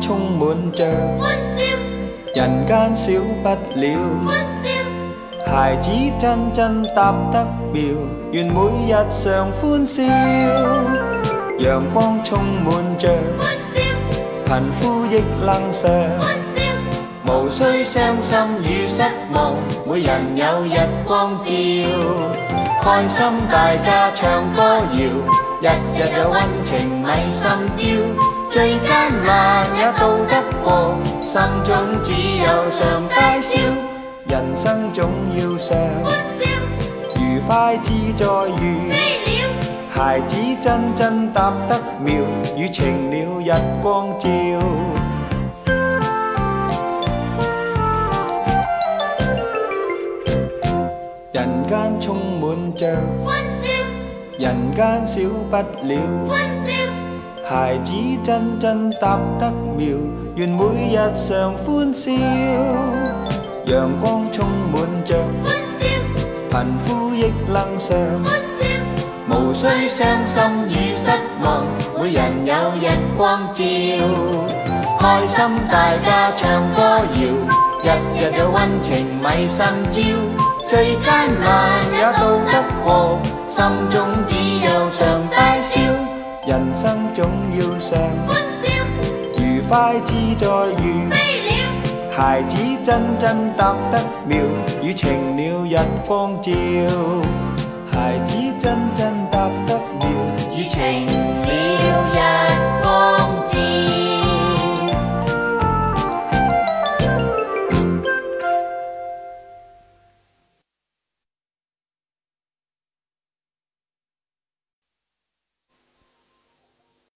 充滿着人間少不了。孩子真真答得妙，願每日常歡笑。陽光充滿着，貧富亦能常，無需傷心與失望，每人有日光照。開心大家唱歌謠，日日有温情咪心焦。最艱難也渡得過，心中只有常大笑。人生總要常愉快自在如。孩子真真答得妙，與情鳥日光照。人間充滿着，人間少不了。孩子真真答得妙，願每日常歡笑。陽光充滿着，貧富亦能常，無需傷心與失望，每人有日光照。開心大家唱歌謠，日日有温情咪心焦。最艱難也渡得過，心中只有常大笑。人生總要常愉快自在如。孩子真真答得妙，與情鳥日光照。